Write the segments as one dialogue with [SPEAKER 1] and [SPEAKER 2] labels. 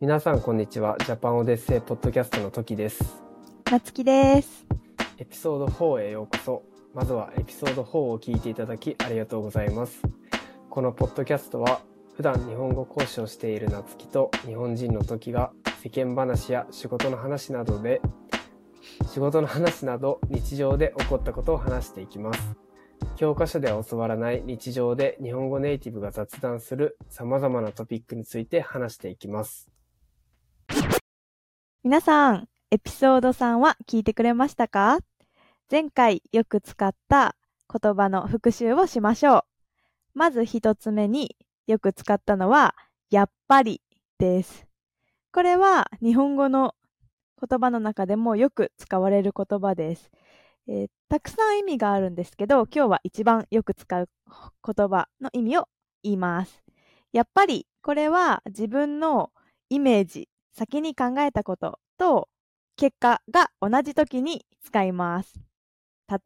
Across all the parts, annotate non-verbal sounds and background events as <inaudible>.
[SPEAKER 1] 皆さんこんにちはジャパンオデッセイポッドキャストの時です
[SPEAKER 2] なつきです。
[SPEAKER 1] エピソード4へようこそまずはエピソード4を聞いていただきありがとうございますこのポッドキャストは普段日本語講師をしているなつきと日本人の時が世間話や仕事の話などで仕事の話など日常で起こったことを話していきます教科書では教わらない日常で日本語ネイティブが雑談する様々なトピックについて話していきます
[SPEAKER 2] 皆さん、エピソード3は聞いてくれましたか前回よく使った言葉の復習をしましょう。まず一つ目によく使ったのは、やっぱりです。これは日本語の言葉の中でもよく使われる言葉です。えーたくさん意味があるんですけど、今日は一番よく使う言葉の意味を言います。やっぱり、これは自分のイメージ、先に考えたことと結果が同じ時に使います。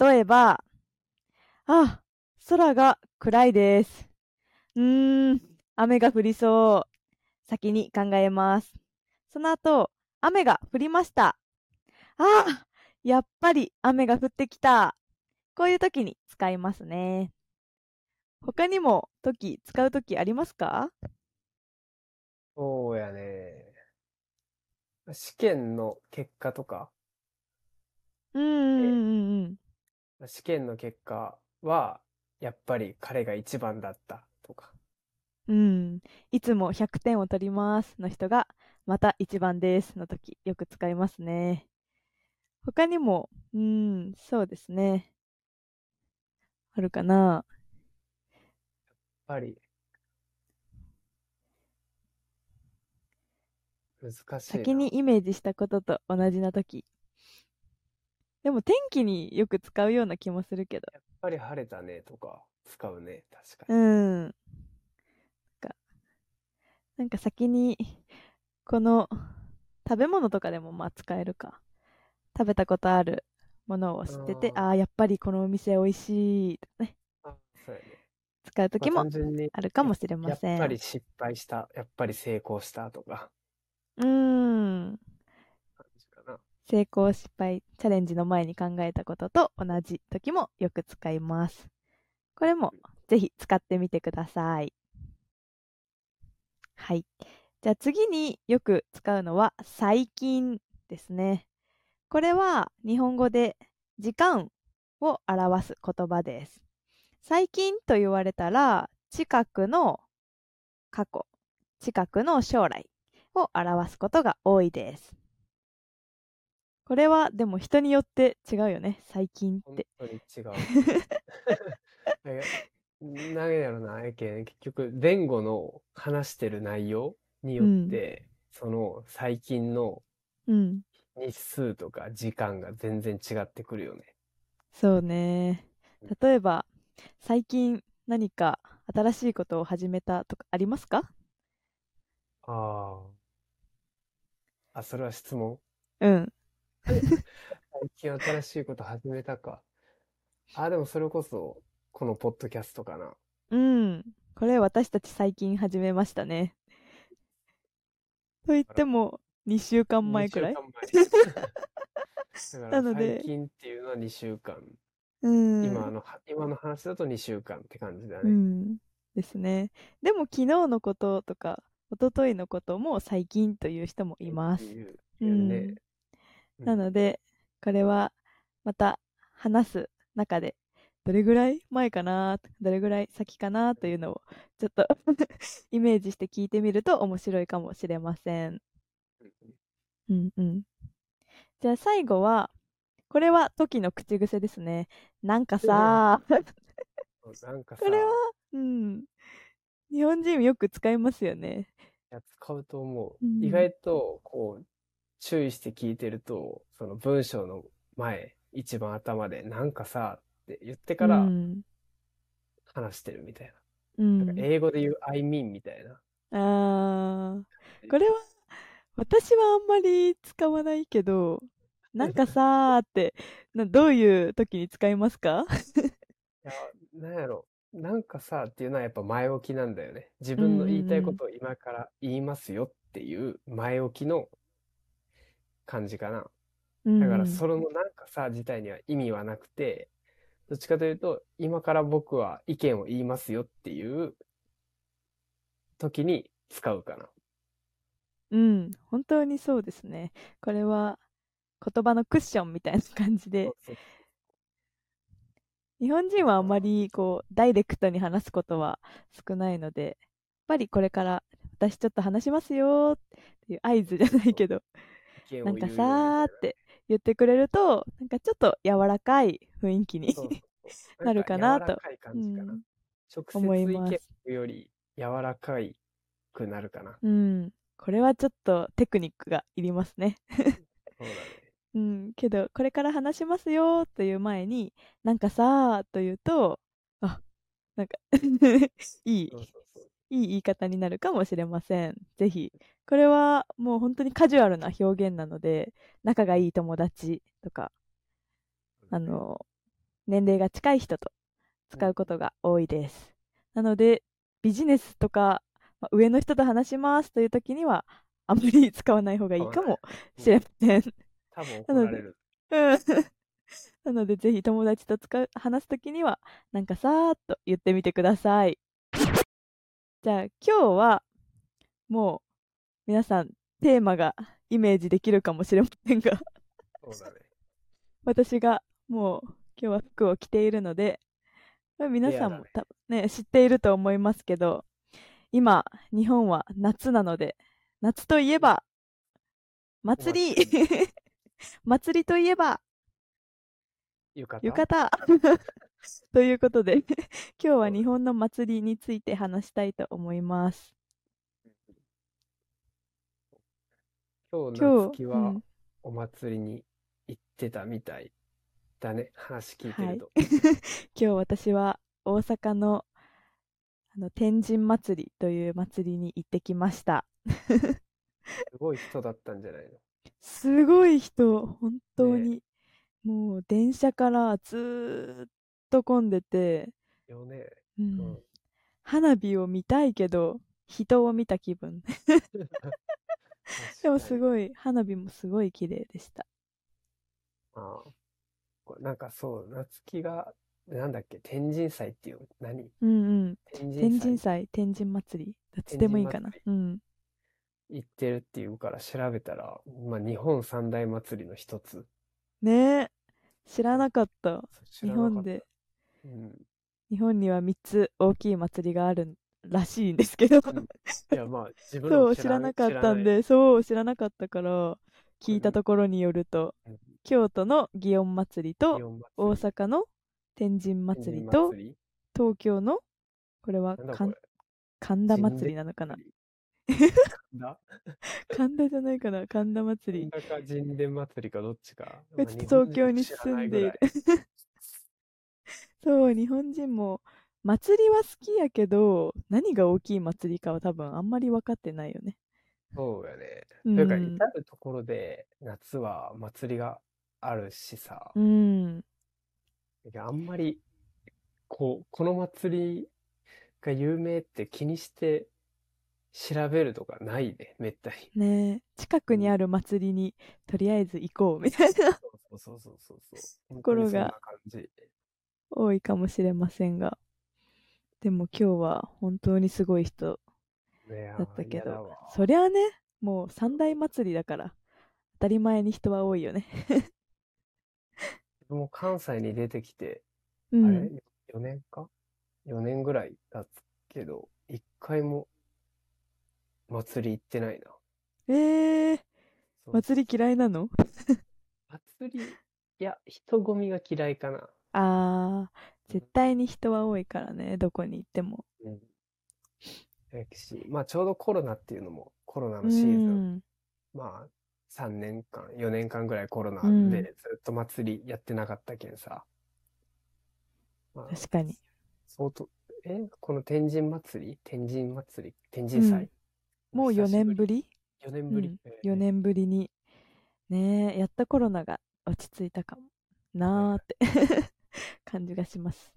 [SPEAKER 2] 例えば、あ、空が暗いです。うーん、雨が降りそう。先に考えます。その後、雨が降りました。あ、やっぱり雨が降ってきた。こういう時に使いますね。他にも時、使う時ありますか
[SPEAKER 1] そうやね。試験の結果とか、
[SPEAKER 2] うーんうんうんうん。
[SPEAKER 1] 試験の結果は、やっぱり彼が一番だったとか。
[SPEAKER 2] うん。いつも100点を取りますの人が、また1番ですの時、よく使いますね。他にも、うん、そうですね。あるかな。
[SPEAKER 1] やっぱり、難しいな。
[SPEAKER 2] 先にイメージしたことと同じな時。でも天気によく使うような気もするけど。
[SPEAKER 1] やっぱり晴れたねとか、使うね。確かに。
[SPEAKER 2] うん。なんか、なんか先に、この、食べ物とかでもまあ使えるか。食べたことあるものを知ってて、
[SPEAKER 1] あー
[SPEAKER 2] ああー、やっぱりこのお店美味しいとかね、
[SPEAKER 1] あそうやね。
[SPEAKER 2] 使う時
[SPEAKER 1] まあ
[SPEAKER 2] も
[SPEAKER 1] 単純に、
[SPEAKER 2] あるかもしれま
[SPEAKER 1] やっ
[SPEAKER 2] せん。
[SPEAKER 1] ぱり失敗した、やっぱり成功したとか、
[SPEAKER 2] うーん。
[SPEAKER 1] 感じかな。
[SPEAKER 2] 成功失敗、チャレンジの前に考えたことと同じ時もよく使います。これもぜひ使ってみてください。はい。じゃあ次によく使うのは最近ですね。これは日本語で時間を表す言葉です。最近と言われたら近くの過去、近くの将来を表すことが多いです。これはでも人によって違うよね。最近っ
[SPEAKER 1] 本
[SPEAKER 2] て。
[SPEAKER 1] 当に違う。
[SPEAKER 2] <laughs>
[SPEAKER 1] えなんやろな、やけん結局、前後の話してる内容によって、その最近の
[SPEAKER 2] うん。
[SPEAKER 1] 日数とか時間が全然違ってくるよね。
[SPEAKER 2] そうね
[SPEAKER 1] う。
[SPEAKER 2] 例えば、最近何か新しいことを始めたとかありますか
[SPEAKER 1] ああ。あ、それは質問。
[SPEAKER 2] うん。
[SPEAKER 1] 最
[SPEAKER 2] <laughs>
[SPEAKER 1] 近新しいこと始めたか。あ、でもそれこそ、このポッドキャストかな。
[SPEAKER 2] うん。これ私たち最近始めましたね。と言っても、2週間前くらい
[SPEAKER 1] 2週間前 <laughs> だから
[SPEAKER 2] なので
[SPEAKER 1] 最近っていうのは2週間。
[SPEAKER 2] うん。
[SPEAKER 1] 今のは、今の話だと2週間って感じだ
[SPEAKER 2] う
[SPEAKER 1] ね。
[SPEAKER 2] ん。ですね。でも、昨日のこととか、一昨日のことも最近という人もいます
[SPEAKER 1] っ。ていう
[SPEAKER 2] う
[SPEAKER 1] よ
[SPEAKER 2] ん
[SPEAKER 1] ね。うん
[SPEAKER 2] なので、これはまた話す中で、どれぐらい前かな、どれぐらい先かなというのを、ちょっと <laughs> イメージして聞いてみると面白いかもしれません。うんうん。じゃあ最後は、これは時の口癖ですね。なんかさ、
[SPEAKER 1] なんかさ、
[SPEAKER 2] これはうん。日本人よく使いますよね。
[SPEAKER 1] いや使うと思
[SPEAKER 2] うん
[SPEAKER 1] う。意外と、こう、注意して聞いてると、その文章の前、一番頭で、なんかさ、って言ってか
[SPEAKER 2] う
[SPEAKER 1] ら
[SPEAKER 2] ん。
[SPEAKER 1] 話してるみたい
[SPEAKER 2] うん
[SPEAKER 1] な。なんか英語で言う I mean みたいな。
[SPEAKER 2] ああ、これは私はあんまり使わないけど、なんかさーって、などういう時に使います
[SPEAKER 1] <laughs>
[SPEAKER 2] か
[SPEAKER 1] いや、なんやろ。なんかさっていうのはやっぱ前置きなんだよね。自分の言いたいことを今から言いますよっっていう前置きの感じかな。
[SPEAKER 2] うん
[SPEAKER 1] だからそのなんかさ自体には意味はなくて、どっちかというと、今から僕は意見を言いますよっていう時に使うかな。
[SPEAKER 2] うん、本当にそうですね。これは言葉のクッションみたいな感じで、日本人はあまりこうダイレクトに話すことは少ないので、やっぱりこれから私ちょっと話しますよっていう合図じゃないけど、
[SPEAKER 1] 意見
[SPEAKER 2] な
[SPEAKER 1] を
[SPEAKER 2] ん
[SPEAKER 1] 言
[SPEAKER 2] か
[SPEAKER 1] うようにみたいな
[SPEAKER 2] さーって言ってくれると、なんかちょっと柔らかい雰囲気に
[SPEAKER 1] そうそうそう
[SPEAKER 2] <laughs> なるかなと
[SPEAKER 1] ん柔らかい感じかな。
[SPEAKER 2] うん
[SPEAKER 1] 直
[SPEAKER 2] 思
[SPEAKER 1] 接
[SPEAKER 2] い
[SPEAKER 1] 意
[SPEAKER 2] ます
[SPEAKER 1] 見言うより柔らかいくなるかな。
[SPEAKER 2] うん、これはちょっとテクニックがいりますね。 <laughs>
[SPEAKER 1] そうだね。
[SPEAKER 2] うん、けど、これから話しますよという前に、なんかさーと言うと、あ、なんか <laughs> いい
[SPEAKER 1] そ、うそうそう
[SPEAKER 2] いい言い方になるかもしれません。ぜひ。これはもう本当にカジュアルな表現なので、仲がいい友達とか、あの、年齢が近い人と使うことが多いです。なので、ビジネスとか、まあ上の人と話しますという時には、あんまり使わない方がいいかもしれません。
[SPEAKER 1] 多分怒られる。
[SPEAKER 2] うん <laughs> なので、ぜひ友達と使う話すときには、なんかさーっと言ってみてください。じゃあ、今日は、もう、皆さん、テーマがイメージできるかもしれませんが、 <laughs>
[SPEAKER 1] そうだね。
[SPEAKER 2] 私がもう、今日は服を着ているので、これ皆さん
[SPEAKER 1] レアだ
[SPEAKER 2] も
[SPEAKER 1] ね
[SPEAKER 2] 多分ね、知っていると思いますけど、今、日本は夏なので、夏といえば、祭り <laughs> 祭りといえば、
[SPEAKER 1] 浴衣
[SPEAKER 2] 浴衣 <laughs> ということで今日
[SPEAKER 1] そうだ
[SPEAKER 2] は日本の祭りについて話したいと思います。
[SPEAKER 1] 今日
[SPEAKER 2] 今
[SPEAKER 1] 夏
[SPEAKER 2] 日、
[SPEAKER 1] 希
[SPEAKER 2] う
[SPEAKER 1] は
[SPEAKER 2] ん
[SPEAKER 1] お祭りに行ってたみたいだね。話聞いてると。
[SPEAKER 2] 今日私は大阪のあの天神祭りという祭りに行ってきました。
[SPEAKER 1] すごい人だったんじゃないの
[SPEAKER 2] すごい人、本当に。もう電車からずーっと混んでて、
[SPEAKER 1] よね。
[SPEAKER 2] う
[SPEAKER 1] うんん。
[SPEAKER 2] 花火を見たいけど人を見た気分。 <laughs> でもす
[SPEAKER 1] い。
[SPEAKER 2] ごい、花火もすごい綺麗でした。
[SPEAKER 1] ああこれなんかそう、夏希が、なんだっけ、天神祭っていう、何
[SPEAKER 2] うんうん。
[SPEAKER 1] 天
[SPEAKER 2] 天
[SPEAKER 1] 神祭
[SPEAKER 2] 神祭、天神祭り、どっちでもいいかな
[SPEAKER 1] 天。
[SPEAKER 2] うん。
[SPEAKER 1] 行ってるっていうから調べたら、まあ日本三大祭りの一つ。
[SPEAKER 2] ねえ、知らなかった。
[SPEAKER 1] 知
[SPEAKER 2] 日
[SPEAKER 1] らなかった
[SPEAKER 2] 本で、
[SPEAKER 1] うん。
[SPEAKER 2] 日本には3つ大きい祭りがあるらしいんですけど、
[SPEAKER 1] んいや、まあ、自分
[SPEAKER 2] <laughs> そ
[SPEAKER 1] も
[SPEAKER 2] う、知らなかっ
[SPEAKER 1] 知
[SPEAKER 2] た
[SPEAKER 1] なんい。
[SPEAKER 2] で、そう、知らなかったから、聞いたところによると
[SPEAKER 1] うん、
[SPEAKER 2] 京都の祇園祭り
[SPEAKER 1] 祇
[SPEAKER 2] と、
[SPEAKER 1] 園祭
[SPEAKER 2] 大阪の天神
[SPEAKER 1] 天
[SPEAKER 2] 祭り
[SPEAKER 1] 神
[SPEAKER 2] と、
[SPEAKER 1] 祭り
[SPEAKER 2] 東京の、これは
[SPEAKER 1] なんだ
[SPEAKER 2] かん
[SPEAKER 1] これ
[SPEAKER 2] 神田祭りなのかな
[SPEAKER 1] 神田
[SPEAKER 2] 神田じゃないかな神田祭り。
[SPEAKER 1] 神田か神田祭りかどっちか。
[SPEAKER 2] うち東京に住んでいるそう、日本人も祭りは好きやけど、何が大きい祭りかは多分あんまり分かってないよね。
[SPEAKER 1] そうやね。
[SPEAKER 2] う
[SPEAKER 1] というか、
[SPEAKER 2] ん
[SPEAKER 1] 至るところで夏は祭りがあるしさ、
[SPEAKER 2] うん。
[SPEAKER 1] いやあんまり、こう、この祭りが有名って気にして調べるとかないね、めった
[SPEAKER 2] <laughs>
[SPEAKER 1] に。
[SPEAKER 2] ねえ近くにある祭りにとりあえず行こうみた <laughs> いな
[SPEAKER 1] そうそうそうそうそう。と
[SPEAKER 2] ころが
[SPEAKER 1] 感じ。
[SPEAKER 2] 多いかもしれませんが。でも今日は本当にすごい人。
[SPEAKER 1] ね
[SPEAKER 2] だったけど。
[SPEAKER 1] あー嫌だわ
[SPEAKER 2] そりゃあね、もう三大祭りだから、当たり前に人は多いよね。
[SPEAKER 1] 僕も関西に出てきて、
[SPEAKER 2] う
[SPEAKER 1] あれ
[SPEAKER 2] ん。
[SPEAKER 1] ?4 年か ?4 年ぐらい経つけど、一回も祭り行ってないな。
[SPEAKER 2] えー、
[SPEAKER 1] そう
[SPEAKER 2] 祭り嫌いなの
[SPEAKER 1] 祭り、いや、人混みが嫌いかな。
[SPEAKER 2] あー、絶対に人は多いからね、どこに行っても。
[SPEAKER 1] うん。えし、まあちょうどコロナっていうのも、コロナ
[SPEAKER 2] う
[SPEAKER 1] のシーズン、
[SPEAKER 2] ん。
[SPEAKER 1] まあ3年間、4年間ぐらいコロナ
[SPEAKER 2] うん
[SPEAKER 1] でずっと祭りやってなかったけんさ。まあ
[SPEAKER 2] 確かに。
[SPEAKER 1] 相当、え、この天神祭り天神祭り天神祭、
[SPEAKER 2] もう4年ぶ
[SPEAKER 1] り
[SPEAKER 2] り
[SPEAKER 1] ?4 年ぶり、
[SPEAKER 2] うん
[SPEAKER 1] えー
[SPEAKER 2] 4年ぶりにねえやったコロナが落ち着いたかもなーって <laughs> 感じがします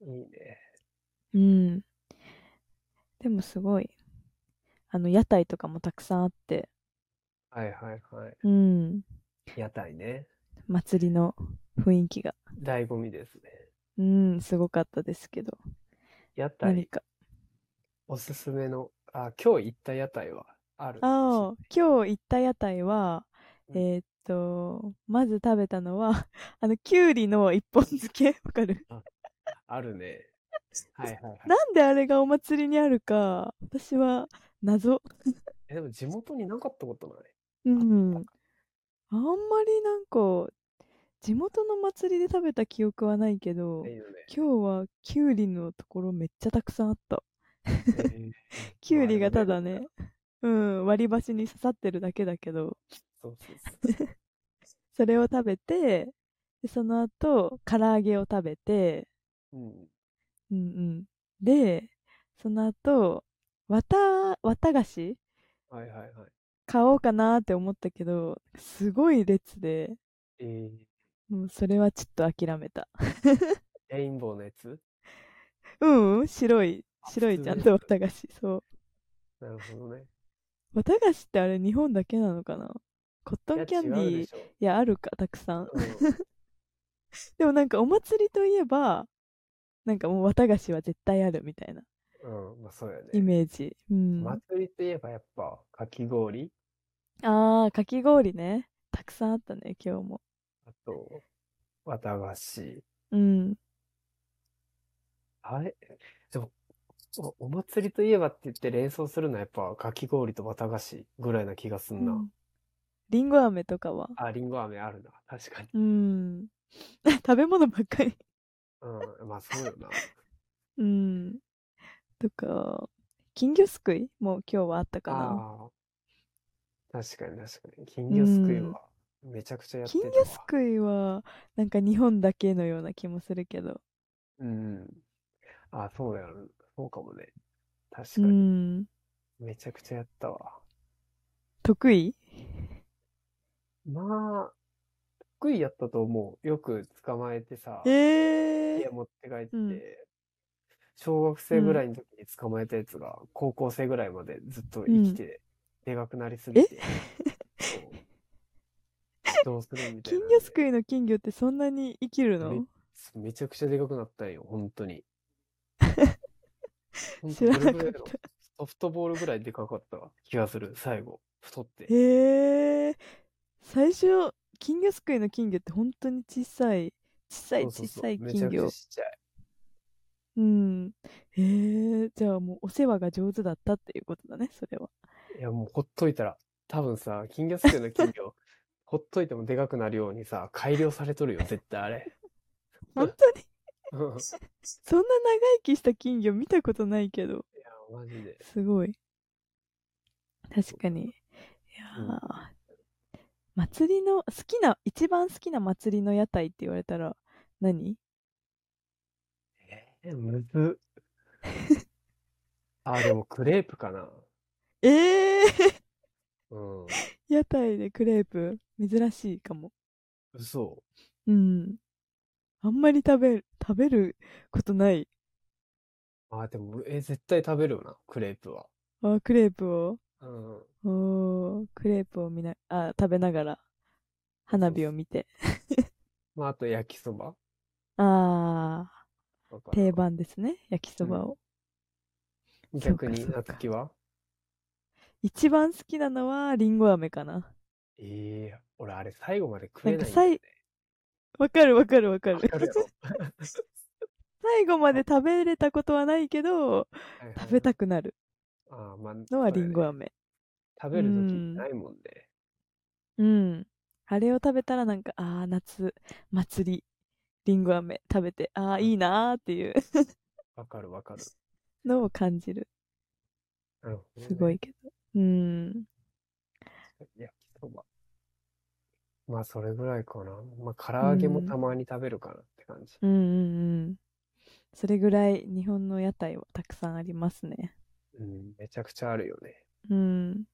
[SPEAKER 1] いいね。
[SPEAKER 2] うんでもすごいあの、屋台とかもたくさんあって、
[SPEAKER 1] はいはいはい。
[SPEAKER 2] うん、
[SPEAKER 1] 屋台ね。
[SPEAKER 2] 祭りの雰囲気が、
[SPEAKER 1] 醍醐味ですね。
[SPEAKER 2] うん、すごかったですけど、
[SPEAKER 1] 屋台
[SPEAKER 2] 何、か。
[SPEAKER 1] おすすめの、あ、今日行った屋台はある
[SPEAKER 2] ああ、今日行った屋台は、
[SPEAKER 1] うん
[SPEAKER 2] えーっと、まず食べたのは、 <laughs> あの、きゅうりの一本漬け、わかる
[SPEAKER 1] ある
[SPEAKER 2] <laughs>
[SPEAKER 1] ね。はい <laughs> はいはい。
[SPEAKER 2] なんであれがお祭りにあるか、私は謎。
[SPEAKER 1] えでも地元になかった
[SPEAKER 2] <laughs>
[SPEAKER 1] ことない。
[SPEAKER 2] うん。あんまりなんか、地元の祭りで食べた記憶はないけど、
[SPEAKER 1] ないよね。
[SPEAKER 2] 今日はきゅうりのところめっちゃたくさんあった。 <laughs>
[SPEAKER 1] えー
[SPEAKER 2] きゅうりがただ。
[SPEAKER 1] まあで
[SPEAKER 2] ね
[SPEAKER 1] も、
[SPEAKER 2] <laughs> うん、割り箸に刺さってるだけだけど、
[SPEAKER 1] そうそうそう。
[SPEAKER 2] それを食べて、でその後、唐揚げを食べて、
[SPEAKER 1] うん。
[SPEAKER 2] うんうん。で、その後、綿、綿菓子
[SPEAKER 1] はいはいはい。
[SPEAKER 2] 買おうかなって思ったけど、すごい列で、
[SPEAKER 1] えー、
[SPEAKER 2] もうそれはちょっと諦めた。
[SPEAKER 1] レインボーのやつ
[SPEAKER 2] うん、うん、白い、白い
[SPEAKER 1] 普
[SPEAKER 2] ち
[SPEAKER 1] 通
[SPEAKER 2] ゃ
[SPEAKER 1] のや
[SPEAKER 2] ん
[SPEAKER 1] つ
[SPEAKER 2] と綿菓子、そう。
[SPEAKER 1] なるほどね。
[SPEAKER 2] 綿菓子ってあれ日本だけなのかなコットンキャンディ
[SPEAKER 1] いや違う
[SPEAKER 2] ー、
[SPEAKER 1] で
[SPEAKER 2] い
[SPEAKER 1] しょ
[SPEAKER 2] や、あるか、たくさん。
[SPEAKER 1] うん
[SPEAKER 2] でもなんかお祭りといえば、なんかもう綿菓子は絶対あるみたいな
[SPEAKER 1] うん、まあそうや
[SPEAKER 2] イ
[SPEAKER 1] ね。
[SPEAKER 2] メージ。うん。あ
[SPEAKER 1] 祭りといえばやっぱかき氷
[SPEAKER 2] あー、かき氷ね。たくさんあったね、今日も。
[SPEAKER 1] あと、綿菓子。
[SPEAKER 2] うん。
[SPEAKER 1] あれでもお、お祭りといえばって言って連想するのはやっぱかき氷と綿菓子ぐらいな気がすんな。
[SPEAKER 2] うんりんご飴とかは。
[SPEAKER 1] あ、りんご飴あるな。確かに。
[SPEAKER 2] うん。 <laughs> 食べ物ばっかり。
[SPEAKER 1] うん、まあそうよな。
[SPEAKER 2] うん。とか、金魚すくいも今日はあった <laughs> かな。
[SPEAKER 1] ああ。確かに確かに。金魚すくい
[SPEAKER 2] うん
[SPEAKER 1] はめちゃくちゃやって
[SPEAKER 2] 金
[SPEAKER 1] たわ。
[SPEAKER 2] 魚すくいは、なんか日本だけのような気もするけど。
[SPEAKER 1] うん。あ、そうやる。そうかもね。確か
[SPEAKER 2] う
[SPEAKER 1] に。
[SPEAKER 2] ん。
[SPEAKER 1] めちゃくちゃやったわ。
[SPEAKER 2] 得意
[SPEAKER 1] まあ、得意やったと思う。よく捕まえてさ、
[SPEAKER 2] え
[SPEAKER 1] 家
[SPEAKER 2] え
[SPEAKER 1] 持って帰って、
[SPEAKER 2] うん
[SPEAKER 1] 小学生ぐらいの時に捕まえたやつが、高校生ぐらいまでずっと生きて、でかくなりすぎて、そうどうするみたい
[SPEAKER 2] 金
[SPEAKER 1] な。
[SPEAKER 2] 魚すくいの金魚ってそんなに生きるの
[SPEAKER 1] めちゃくちゃでかくなったんよ、本当
[SPEAKER 2] <laughs>
[SPEAKER 1] に。ほんと
[SPEAKER 2] 知らなかっ
[SPEAKER 1] どれぐい
[SPEAKER 2] た
[SPEAKER 1] の。ソフトボールぐらいでかかった気がする、最後。太って。
[SPEAKER 2] へえ最初、金魚すくいの金魚って本当に小さい、小さい
[SPEAKER 1] そうそう
[SPEAKER 2] 小
[SPEAKER 1] そう
[SPEAKER 2] さい
[SPEAKER 1] めちゃ
[SPEAKER 2] 金
[SPEAKER 1] くちゃ
[SPEAKER 2] 魚。
[SPEAKER 1] ちっちゃい。
[SPEAKER 2] うん。へえじゃあもうお世話が上手だったっていうことだね、それは。
[SPEAKER 1] いや、もうほっといたら、多分さ、金魚すくいの金魚、ほっといてもでかくなるようにさ、改良されとるよ、絶対あれ。
[SPEAKER 2] 本当に
[SPEAKER 1] うんい
[SPEAKER 2] そんな長生きした金魚見たことないけど、
[SPEAKER 1] や、マジで。
[SPEAKER 2] すごい。確かに。いやー、祭りの、好きな、一番好きな祭りの屋台って言われたら何、
[SPEAKER 1] えー、むずっ。あ、でもクレープかな。
[SPEAKER 2] ええ
[SPEAKER 1] うん。
[SPEAKER 2] <laughs> 屋台でクレープ、珍しいかも。
[SPEAKER 1] 嘘。
[SPEAKER 2] うん。あんまり食べる、食べることない。
[SPEAKER 1] あ、でも、え、絶対食べるよな、クレープは。
[SPEAKER 2] あークレープを。
[SPEAKER 1] うん。
[SPEAKER 2] おークレープを見な、あ、食べながら、花火を見て。
[SPEAKER 1] まあ、あと焼きそば
[SPEAKER 2] あ
[SPEAKER 1] とか
[SPEAKER 2] ー、定。番ですね、焼きそばを。
[SPEAKER 1] 逆に、
[SPEAKER 2] そうかそ
[SPEAKER 1] な
[SPEAKER 2] うか
[SPEAKER 1] つきは
[SPEAKER 2] 一番好きなのは、りんご飴かな。
[SPEAKER 1] ええ俺あれ最後まで食えないん
[SPEAKER 2] な
[SPEAKER 1] だ
[SPEAKER 2] ん
[SPEAKER 1] よ
[SPEAKER 2] かわかるわかるわか
[SPEAKER 1] ね。わかる
[SPEAKER 2] <laughs> る
[SPEAKER 1] や。ろ
[SPEAKER 2] 最後まで食べれたことはないけど、
[SPEAKER 1] はいはいはい
[SPEAKER 2] 食べたくなる
[SPEAKER 1] あーまあ、
[SPEAKER 2] のはりん
[SPEAKER 1] そう
[SPEAKER 2] ご
[SPEAKER 1] やね
[SPEAKER 2] 飴。
[SPEAKER 1] 食べる
[SPEAKER 2] う
[SPEAKER 1] 時
[SPEAKER 2] ん
[SPEAKER 1] ないもんね。
[SPEAKER 2] うん。あれを食べたらなんか、あー、夏、祭り、りんご飴食べて、あー、いいなーっていう <laughs>
[SPEAKER 1] わかるわかる。
[SPEAKER 2] のを感じる。
[SPEAKER 1] なるほどね
[SPEAKER 2] すごい。けど。うん。
[SPEAKER 1] 焼きそば。まあ、それぐらいかな。まあ、唐揚げもたまに食べるかなって感じ。
[SPEAKER 2] うんうんうん。それぐらい日本の屋台はたくさんありますね。
[SPEAKER 1] うん、めちゃくちゃあるよね。
[SPEAKER 2] うん。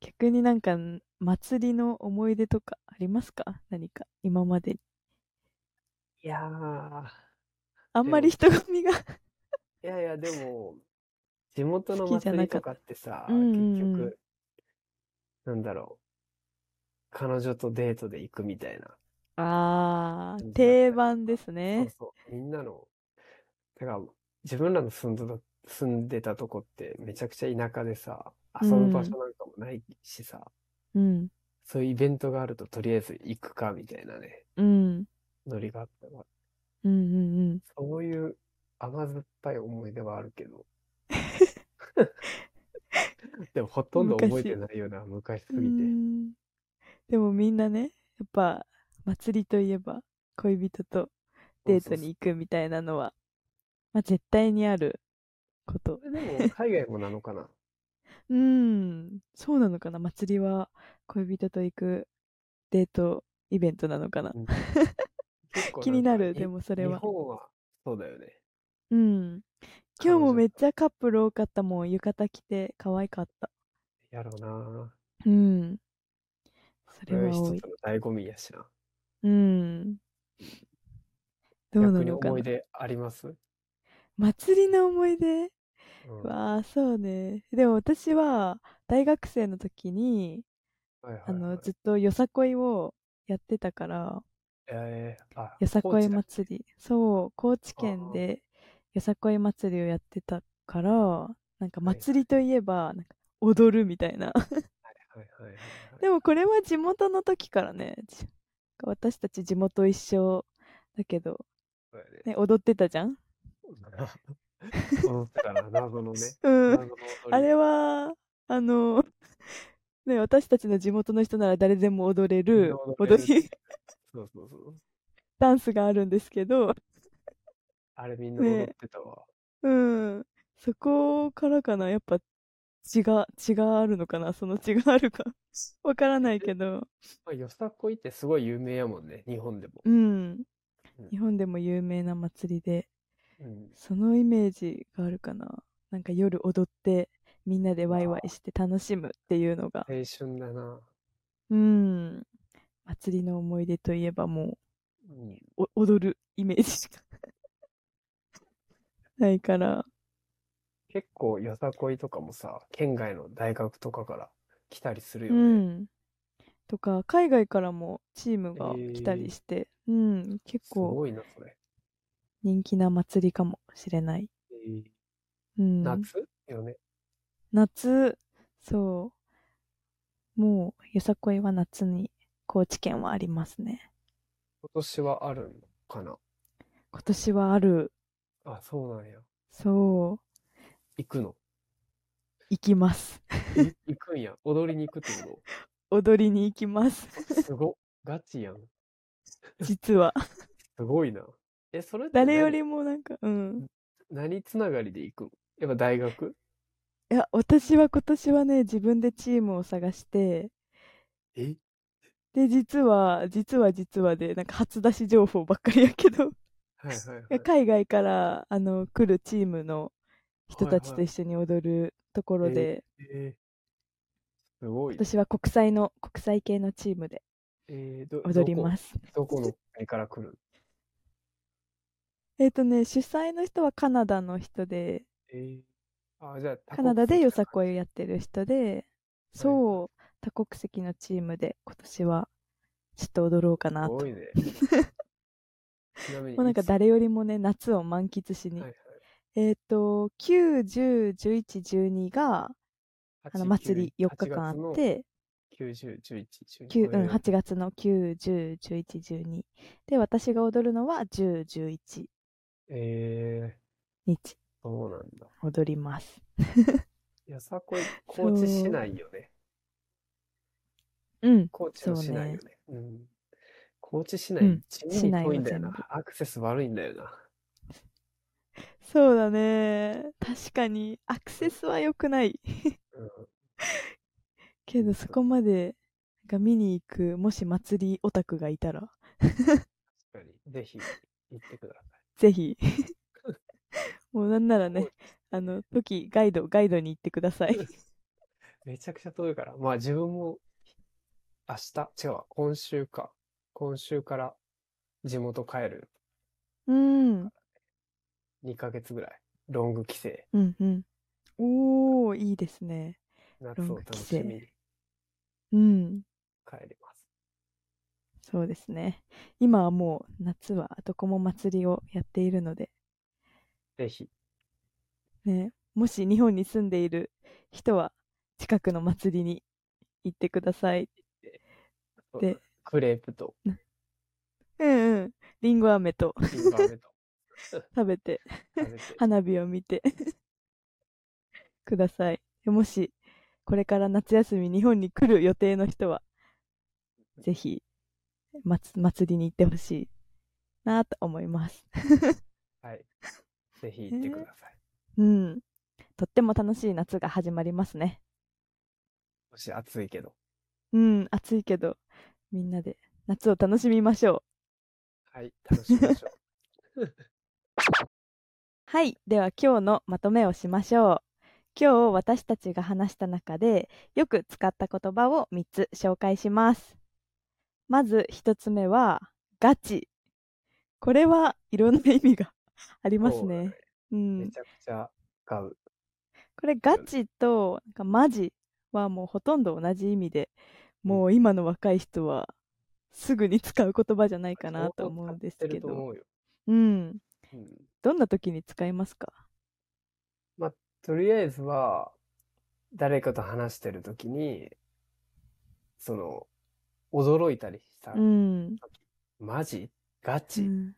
[SPEAKER 2] 逆になんか祭りの思い出とかありますか何か今までに。
[SPEAKER 1] いやー、
[SPEAKER 2] あんまり人混みが
[SPEAKER 1] いやいや、でも、 <laughs> 地元の
[SPEAKER 2] 好きじゃ
[SPEAKER 1] 祭
[SPEAKER 2] な
[SPEAKER 1] り
[SPEAKER 2] か
[SPEAKER 1] と
[SPEAKER 2] っ
[SPEAKER 1] かってさ、
[SPEAKER 2] うんうんうん
[SPEAKER 1] 結局、なんだろう。彼女とデートで行くみたいな。
[SPEAKER 2] あ
[SPEAKER 1] 感じだっ
[SPEAKER 2] ー、
[SPEAKER 1] たり
[SPEAKER 2] 定番です
[SPEAKER 1] そう
[SPEAKER 2] ね。
[SPEAKER 1] そう。みんなの、だから、自分らの住んど住んでたとこってめちゃくちゃ田舎でさ、遊ぶ場所なんかもないしさ、
[SPEAKER 2] うん。
[SPEAKER 1] そういうイベントがあるととりあえず行くかみたいなね、
[SPEAKER 2] うん。
[SPEAKER 1] ノリがあったから、
[SPEAKER 2] うんうんうん。
[SPEAKER 1] そういう甘酸っぱい思い出はあるけど。 <laughs> でもほとんど覚えてないような昔す
[SPEAKER 2] う
[SPEAKER 1] ぎて。
[SPEAKER 2] んでもみんなね、やっぱ祭りといえば恋人とデートに行くみたいなのは、まあ、絶対にあるこ
[SPEAKER 1] そ
[SPEAKER 2] と。
[SPEAKER 1] うそうそう。でも海外もなのかな
[SPEAKER 2] うん、そうなのかな祭りは恋人と行くデートイベントなのかな <laughs>
[SPEAKER 1] うん結構んか
[SPEAKER 2] 気になる、でもそれ
[SPEAKER 1] 日
[SPEAKER 2] は。
[SPEAKER 1] 本はそうだよね。
[SPEAKER 2] うん。今日もめっ
[SPEAKER 1] ゃ
[SPEAKER 2] ちゃカップル多かったもん。浴衣着て可愛かった。
[SPEAKER 1] やろうな
[SPEAKER 2] うん。そ
[SPEAKER 1] そ
[SPEAKER 2] れ
[SPEAKER 1] れは
[SPEAKER 2] は
[SPEAKER 1] 一つ
[SPEAKER 2] 多
[SPEAKER 1] の
[SPEAKER 2] い。
[SPEAKER 1] 醍醐味やしな。
[SPEAKER 2] うん。どうな
[SPEAKER 1] 逆に
[SPEAKER 2] のか
[SPEAKER 1] 思
[SPEAKER 2] ない
[SPEAKER 1] 出あります、うん
[SPEAKER 2] 祭りの思い出わあそうねでも私は大学生の時に
[SPEAKER 1] はいはいはい
[SPEAKER 2] あのずっとよさこいをやってたから
[SPEAKER 1] えーあ
[SPEAKER 2] よさこい
[SPEAKER 1] 高知だ
[SPEAKER 2] 祭りそう高知県でよさこい祭りをやってたからなんか祭りといえばなんか踊るみたいな <laughs>
[SPEAKER 1] はいはいはいはい
[SPEAKER 2] でもこれは地元の時からねじ私たち地元一緒だけど、
[SPEAKER 1] そうやね
[SPEAKER 2] <laughs> ね、踊ってたじゃん
[SPEAKER 1] 戻ったから謎
[SPEAKER 2] <laughs>
[SPEAKER 1] のね。
[SPEAKER 2] うん
[SPEAKER 1] 謎の
[SPEAKER 2] あれは、あの、 <laughs> ね、私たちの地元の人なら誰でも踊れる
[SPEAKER 1] 踊れ
[SPEAKER 2] 踊
[SPEAKER 1] る
[SPEAKER 2] り、
[SPEAKER 1] そうそうそう。
[SPEAKER 2] ダンスがあるんですけど、
[SPEAKER 1] あれみんな踊ってたわ。
[SPEAKER 2] うん、そこからかな、やっぱ血が、血があるのかな、その血があるか、 <laughs> わからないけど、
[SPEAKER 1] まあ、よさこいってすごい有名やもんね、日本でも。
[SPEAKER 2] うん
[SPEAKER 1] うん、
[SPEAKER 2] 日本でも有名な祭りで、
[SPEAKER 1] うん、
[SPEAKER 2] そのイメージがあるかな。なんか夜踊って、みんなでワイワイして楽しむっていうのが、
[SPEAKER 1] 青春だな。
[SPEAKER 2] うん、祭りの思い出といえばもう、
[SPEAKER 1] うん、
[SPEAKER 2] お踊るイメージしかないから。
[SPEAKER 1] 結構よさこいとかもさ、県外の大学とかから来たりするよ
[SPEAKER 2] う
[SPEAKER 1] ね。
[SPEAKER 2] ん。とか、海外からもチームが来たりして、うん、結
[SPEAKER 1] す
[SPEAKER 2] 構
[SPEAKER 1] ごいな、それ。
[SPEAKER 2] 人気な祭りかもしれない。うん、
[SPEAKER 1] 夏よね。
[SPEAKER 2] 夏そう。もう、よさこいは夏に高知県はありますね。
[SPEAKER 1] 今年はあるのかな。
[SPEAKER 2] 今年はある。
[SPEAKER 1] あ、そうなんや。
[SPEAKER 2] そう。
[SPEAKER 1] 行く
[SPEAKER 2] <laughs>
[SPEAKER 1] の。
[SPEAKER 2] 行きます。
[SPEAKER 1] い行くんや。踊りに行くってこ
[SPEAKER 2] 踊りに行
[SPEAKER 1] <laughs>
[SPEAKER 2] きます。
[SPEAKER 1] とすごっ。ガチやん。
[SPEAKER 2] 実は。
[SPEAKER 1] すごいな。え、それって
[SPEAKER 2] 誰よ
[SPEAKER 1] 何
[SPEAKER 2] りもなんか、うん。
[SPEAKER 1] 何つながりで行くのやっぱ大学
[SPEAKER 2] いや、私は今年はね、自分でチームを探して、
[SPEAKER 1] え
[SPEAKER 2] で、実は、実は実はで、なんか初出し情報ばっかりやけど、
[SPEAKER 1] はいはいはい。
[SPEAKER 2] 海外から、あの、来るチームの人たち
[SPEAKER 1] はい
[SPEAKER 2] と
[SPEAKER 1] は
[SPEAKER 2] 一緒に踊るところで、
[SPEAKER 1] えーすごい。
[SPEAKER 2] 私は国際の、国際系のチームで
[SPEAKER 1] えー、ど。
[SPEAKER 2] 踊りますす。
[SPEAKER 1] どこどこの国から来る
[SPEAKER 2] えっとね、主催の人はカナダの人で、
[SPEAKER 1] えー、あ、じゃあ多
[SPEAKER 2] カナダで
[SPEAKER 1] 国
[SPEAKER 2] よ
[SPEAKER 1] 籍
[SPEAKER 2] さこいをやってる人で、そう、多国籍のチームで今年はちょっと踊ろうかな
[SPEAKER 1] す
[SPEAKER 2] と
[SPEAKER 1] ごい
[SPEAKER 2] <laughs>
[SPEAKER 1] ね。ちなみに、
[SPEAKER 2] もうなんか
[SPEAKER 1] いつ
[SPEAKER 2] 誰よりもね、夏を満喫しに。
[SPEAKER 1] はいはい
[SPEAKER 2] えっ、と、9、10、11、12が、あの、
[SPEAKER 1] 8
[SPEAKER 2] 祭り4日間あっ、て、
[SPEAKER 1] 9 8月の90、11、
[SPEAKER 2] 9うん、
[SPEAKER 1] 八
[SPEAKER 2] 8月の9、10、11、12。で、私が踊るのは10、11
[SPEAKER 1] え
[SPEAKER 2] 日
[SPEAKER 1] ー、そうなんだ。
[SPEAKER 2] 踊ります。
[SPEAKER 1] よさこい、高知市内よね。
[SPEAKER 2] うん。
[SPEAKER 1] 高知の市内よね。うん、高知市
[SPEAKER 2] う
[SPEAKER 1] 内
[SPEAKER 2] ん、
[SPEAKER 1] 地味に遠いんだよ
[SPEAKER 2] 市内は全部
[SPEAKER 1] な。アクセス悪いんだよな。
[SPEAKER 2] そうだね。確かに、アクセスは良くない。
[SPEAKER 1] うん
[SPEAKER 2] けど、そこまで、が見に行く、もし祭りオタクがいたら、
[SPEAKER 1] 確かに。ぜひ、行ってくださ
[SPEAKER 2] ぜ <laughs> ひ。もうなんなら
[SPEAKER 1] い。
[SPEAKER 2] ね、あの、時、ガイド、ガイドに行ってください。
[SPEAKER 1] <laughs> めちゃくちゃ遠いから。まあ自分も、明日、違うわ、今週か。今週から地元帰る
[SPEAKER 2] うん。
[SPEAKER 1] 2ヶ月ぐらい。ロング帰省。
[SPEAKER 2] うんうん。おー、いいですね。
[SPEAKER 1] 夏を楽しみに
[SPEAKER 2] うん。
[SPEAKER 1] 帰ります。
[SPEAKER 2] そうですね。今はもう夏はどこも祭りをやっているので、
[SPEAKER 1] ぜひ、
[SPEAKER 2] ね、もし日本に住んでいる人は近くの祭りに行ってください。で
[SPEAKER 1] クレープと
[SPEAKER 2] うんうん。りんご飴と
[SPEAKER 1] ピンバーベと
[SPEAKER 2] 食べて、
[SPEAKER 1] 食
[SPEAKER 2] <laughs>
[SPEAKER 1] べて
[SPEAKER 2] 花火を見てください。もし、これから夏休み日本に来る予定の人は、ぜひ、まつ祭りに行ってほしいなと思います。
[SPEAKER 1] はい。ぜひ行ってください。
[SPEAKER 2] うん。とっても楽しい夏が始まりますね。
[SPEAKER 1] もし暑いけど。
[SPEAKER 2] うん、暑いけど、みんなで夏を楽しみましょう。
[SPEAKER 1] はい、楽しみましょう。
[SPEAKER 2] はい。では今日のまとめをしましょう。今日私たちが話した中でよく使った言葉を3つ紹介します。まず1つ目はガチ。これはいろんな意味がありますね。
[SPEAKER 1] そ
[SPEAKER 2] う
[SPEAKER 1] う。 <laughs> め
[SPEAKER 2] ん
[SPEAKER 1] ち。ゃくちゃ買う。
[SPEAKER 2] これガチとなんかマジはもうほとんど同じ意味で、もう今の若い人はすぐに使う言葉じゃないかなと思うんです
[SPEAKER 1] 相
[SPEAKER 2] け
[SPEAKER 1] 当使ってると
[SPEAKER 2] ど。
[SPEAKER 1] 思うよ。
[SPEAKER 2] うん。
[SPEAKER 1] うん
[SPEAKER 2] どんな時に使いますか
[SPEAKER 1] とりあえずは、誰かと話してるときに、その、驚いたりした。
[SPEAKER 2] うん。
[SPEAKER 1] マジガチ、
[SPEAKER 2] うん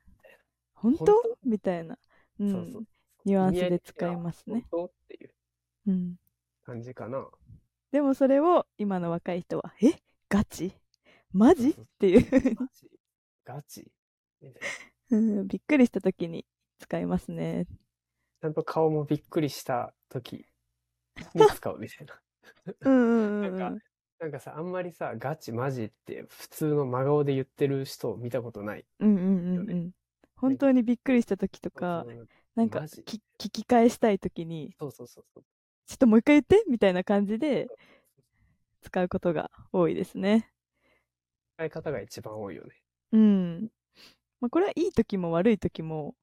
[SPEAKER 2] 本当
[SPEAKER 1] 本
[SPEAKER 2] みたいな、うん
[SPEAKER 1] そうそう。
[SPEAKER 2] ニュアンスで使いますね。
[SPEAKER 1] 本当っていう
[SPEAKER 2] うん、
[SPEAKER 1] 感じかな。
[SPEAKER 2] でもそれを今の若い人は「えガチマジ?」っていうふうに
[SPEAKER 1] マジガチみたいな
[SPEAKER 2] うん <laughs> びっくりした時に使いますね。
[SPEAKER 1] ちゃんと顔もびっくりした時に使うみたいな。
[SPEAKER 2] うんうんうん
[SPEAKER 1] な
[SPEAKER 2] うん
[SPEAKER 1] んなんかさ、あんまりさ、ガチマジって普通の真顔で言ってる人見たことない。
[SPEAKER 2] うんうんうんう
[SPEAKER 1] よ
[SPEAKER 2] ん本当にびっくりした時とか、なんか
[SPEAKER 1] マジ
[SPEAKER 2] き聞き返したい時に
[SPEAKER 1] そうそうそうそう。
[SPEAKER 2] 「ちょっともう一回言って」みたいな感じで使うことが多いですね。
[SPEAKER 1] 使い方が一番多いよね。
[SPEAKER 2] うんまあ、これはいい時も悪い時も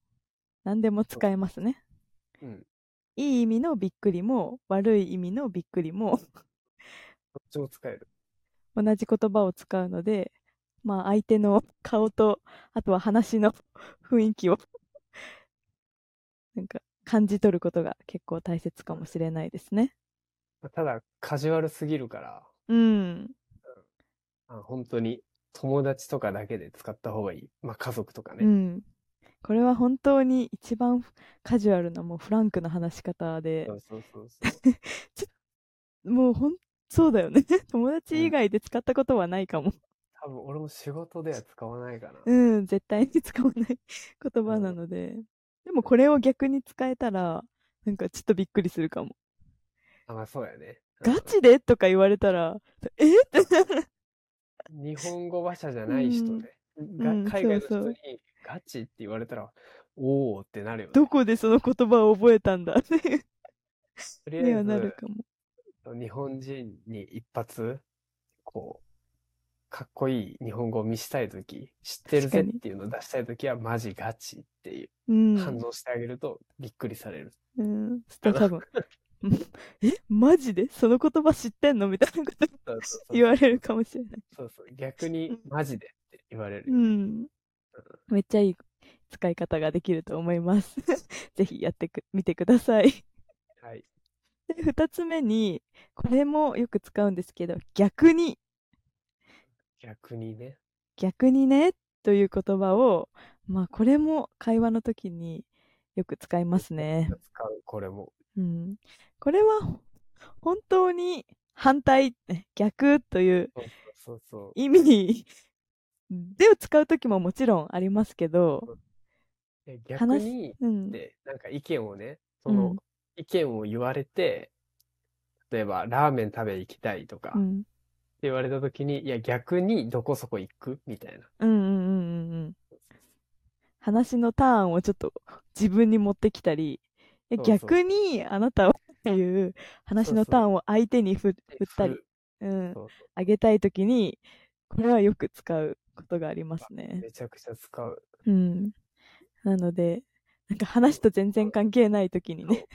[SPEAKER 2] 何でも使えますね。
[SPEAKER 1] うん。ど
[SPEAKER 2] いい意味のびっくりも悪い意味のびっくりも
[SPEAKER 1] っちも使える。
[SPEAKER 2] 同じ言葉を使うので、まあ、相手の顔とあとは話の雰囲気をなんか感じ取ることが結構大切かもしれないですね。
[SPEAKER 1] まあただ、カジュアルすぎるから、
[SPEAKER 2] うん、
[SPEAKER 1] あ本当に友達とかだけで使った方がいい。まあ家族とか
[SPEAKER 2] う
[SPEAKER 1] ね。
[SPEAKER 2] ん、これは本当に一番カジュアルなもうフランクな話し方で
[SPEAKER 1] そうそうそうそう。
[SPEAKER 2] もうほんそうだ
[SPEAKER 1] <laughs>
[SPEAKER 2] よね友達以外で使ったことはないかも、
[SPEAKER 1] 多分俺も仕事では使わないかな。
[SPEAKER 2] うん、絶対に使わない言葉なので、でもこれを逆に使えたら、なんかちょっとびっくりするかも。
[SPEAKER 1] あ、まあそうやね。
[SPEAKER 2] ガチでとか言われたら、え
[SPEAKER 1] 日本語話者じゃない人で、が
[SPEAKER 2] うん
[SPEAKER 1] 海外の
[SPEAKER 2] そ
[SPEAKER 1] 人
[SPEAKER 2] うそう
[SPEAKER 1] にガチって言われたら、おーってなるよね。
[SPEAKER 2] どこでその言葉を覚えたんだって
[SPEAKER 1] とり
[SPEAKER 2] に
[SPEAKER 1] あ
[SPEAKER 2] は
[SPEAKER 1] え
[SPEAKER 2] なる
[SPEAKER 1] ず、
[SPEAKER 2] かも。
[SPEAKER 1] 日本人に一発、こう、かっこいい日本語を見したいとき、知ってるぜ
[SPEAKER 2] 確かに。
[SPEAKER 1] っていうのを出したいときは、マジガチっていううん反応してあげると、びっくりされる。
[SPEAKER 2] うん。
[SPEAKER 1] <laughs>
[SPEAKER 2] 多分うんえマジでその言葉知ってんのみたいなこ
[SPEAKER 1] そ
[SPEAKER 2] と
[SPEAKER 1] うそうそう
[SPEAKER 2] 言われるかもしれない。
[SPEAKER 1] そうそう。逆に、マジでって言われる
[SPEAKER 2] う
[SPEAKER 1] よね。
[SPEAKER 2] ん。めっちゃいい使い方ができると思います。 <laughs> ぜひやってくみてください。
[SPEAKER 1] はい。
[SPEAKER 2] で、 <laughs> 二つ目に、これもよく使うんですけど、逆に、
[SPEAKER 1] 逆にね。
[SPEAKER 2] 逆にね、という言葉を、まあ、これも会話の時によく使います <laughs> ね。
[SPEAKER 1] 使う、これも。
[SPEAKER 2] うん。これは、本当に反対、逆という
[SPEAKER 1] そうそうそう。
[SPEAKER 2] 意味で使う時ももちろんありますけど、
[SPEAKER 1] で逆に、
[SPEAKER 2] うん。
[SPEAKER 1] で、なんか意見をね、
[SPEAKER 2] う
[SPEAKER 1] そ
[SPEAKER 2] ん
[SPEAKER 1] の意見を言われて、例えばラーメン食べ行きたいとか
[SPEAKER 2] う
[SPEAKER 1] って
[SPEAKER 2] ん。
[SPEAKER 1] 言われた時に、いや逆にどこそこ行くみたいな。
[SPEAKER 2] うんうんうんうんうん。話のターンをちょっと自分に持ってきたり、え
[SPEAKER 1] そうそう
[SPEAKER 2] 逆にあなたはっていう話のターンを相手に振振ったり、うん、
[SPEAKER 1] そう
[SPEAKER 2] あげたいときに、これはよく使うことがあります
[SPEAKER 1] そう
[SPEAKER 2] ね。
[SPEAKER 1] めちゃくちゃ使う。
[SPEAKER 2] うん。なので、なんか話と全然関係ないときにね、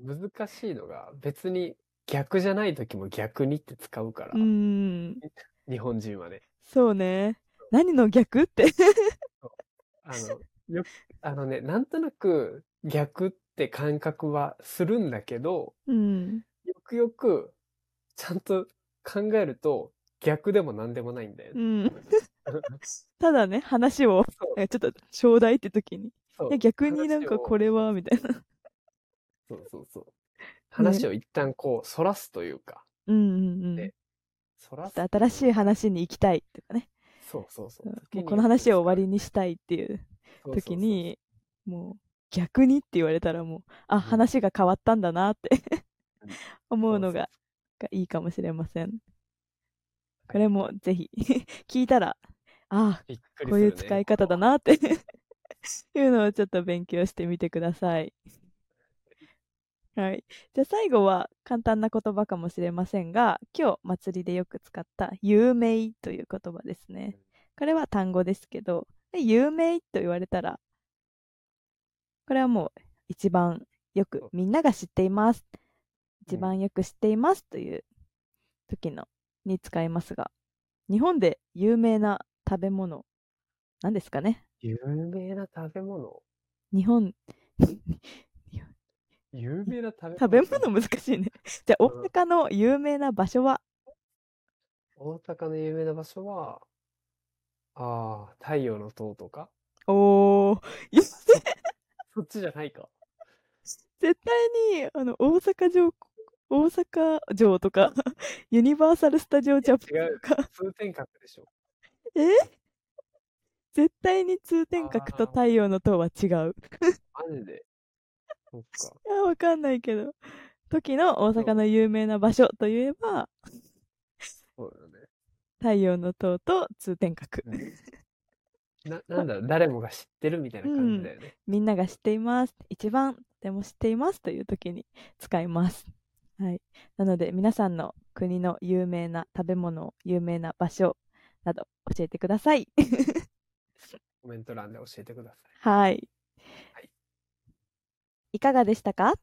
[SPEAKER 1] 難しいのが、別に逆じゃない時も逆にって使うから、
[SPEAKER 2] うーん。
[SPEAKER 1] 日本人はね。
[SPEAKER 2] そうね。何の逆って。
[SPEAKER 1] あの、よく、 <laughs> あのね、なんとなく逆って感覚はするんだけど、
[SPEAKER 2] うん。
[SPEAKER 1] よくよくちゃんと考えると逆でも何でもないんだよね。
[SPEAKER 2] う
[SPEAKER 1] <laughs>
[SPEAKER 2] ん。ただね、話を、
[SPEAKER 1] そう
[SPEAKER 2] えちょっと、ちょうだいって時に。
[SPEAKER 1] そう
[SPEAKER 2] いや、逆になんかこれは、みたいな。
[SPEAKER 1] そうそうそう。話を一旦こう、そらすというか、
[SPEAKER 2] うんうんうん
[SPEAKER 1] ね。そらす。
[SPEAKER 2] 新しい話に行きたいとかね。
[SPEAKER 1] そうそうそう。時
[SPEAKER 2] もう
[SPEAKER 1] に
[SPEAKER 2] この話を終わりにしたいっていう時、に、もう逆にって言われたらもう、あ、話が変わったんだなって
[SPEAKER 1] うん
[SPEAKER 2] 思うの
[SPEAKER 1] そう
[SPEAKER 2] ががいいかもしれません。これもぜひ聞いたら、あ
[SPEAKER 1] そうそう
[SPEAKER 2] あ、
[SPEAKER 1] そう
[SPEAKER 2] こういう使い方だ。なって <laughs> いうのをちょっと勉強してみてください。はい。じゃあ最後は簡単な言葉かもしれませんが、今日祭りでよく使った有名という言葉ですね。これは単語ですけど、で有名と言われたら、これはもう一番よくみんなが知っています。一番よく知っていますという時のに使いますが、日本で有名な食べ物、何ですかね
[SPEAKER 1] 有名な食べ物
[SPEAKER 2] 日本、
[SPEAKER 1] 有名な食べ物
[SPEAKER 2] 食べ物難しいね。じゃあ、大
[SPEAKER 1] うん
[SPEAKER 2] 阪の有名な場所は、
[SPEAKER 1] 大阪の有名な場所は、ああ、太陽の塔とか <laughs>
[SPEAKER 2] おー、いや
[SPEAKER 1] そっちじゃないか。
[SPEAKER 2] 絶対に、あの、大阪城、大阪城とか、 <laughs> ユニバーサル・スタジオ・ジャパンとか、
[SPEAKER 1] 通天閣でしょ。
[SPEAKER 2] 絶対に通天閣と太陽の塔は違う。 <laughs>
[SPEAKER 1] マジで。そっか。
[SPEAKER 2] いや、わかんないけど。時の大阪の有名な場所といえば、
[SPEAKER 1] そうだ
[SPEAKER 2] 太陽の塔と通天閣。
[SPEAKER 1] ね。な、なんだろう、誰もが知ってるみたいな感じだよね。
[SPEAKER 2] みんなが知っています。一番とても知っていますという時に使います。はい。なので、皆さんの国の有名な食べ物、有名な場所など教えてください。
[SPEAKER 1] コメント欄で教えてくださ
[SPEAKER 2] はい
[SPEAKER 1] はい。
[SPEAKER 2] いかがでしたか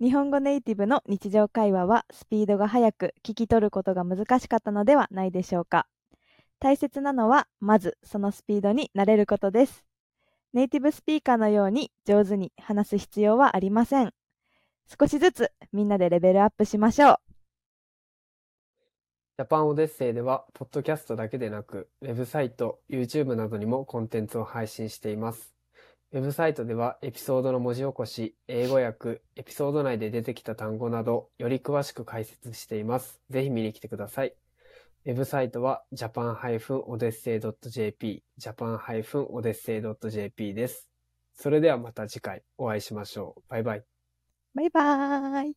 [SPEAKER 2] 日本語ネイティブの日常会話はスピードが速く聞き取ることが難しかったのではないでしょうか。大切なのは、まずそのスピードに慣れることです。ネイティブスピーカーのように上手に話す必要はありません。少しずつみんなでレベルアップしましょう。
[SPEAKER 1] い。ジャパンオデッセイでは、ポッドキャストだけでなく、ウェブサイト、YouTube などにもコンテンツを配信しています。ウェブサイトでは、エピソードの文字起こし、英語訳、エピソード内で出てきた単語など、より詳しく解説しています。ぜひ見に来てください。ウェブサイトは japan-odyssey.jp、japan-odyssey.jp です。それではまた次回お会いしましょう。バイバイ。
[SPEAKER 2] バイバーイ。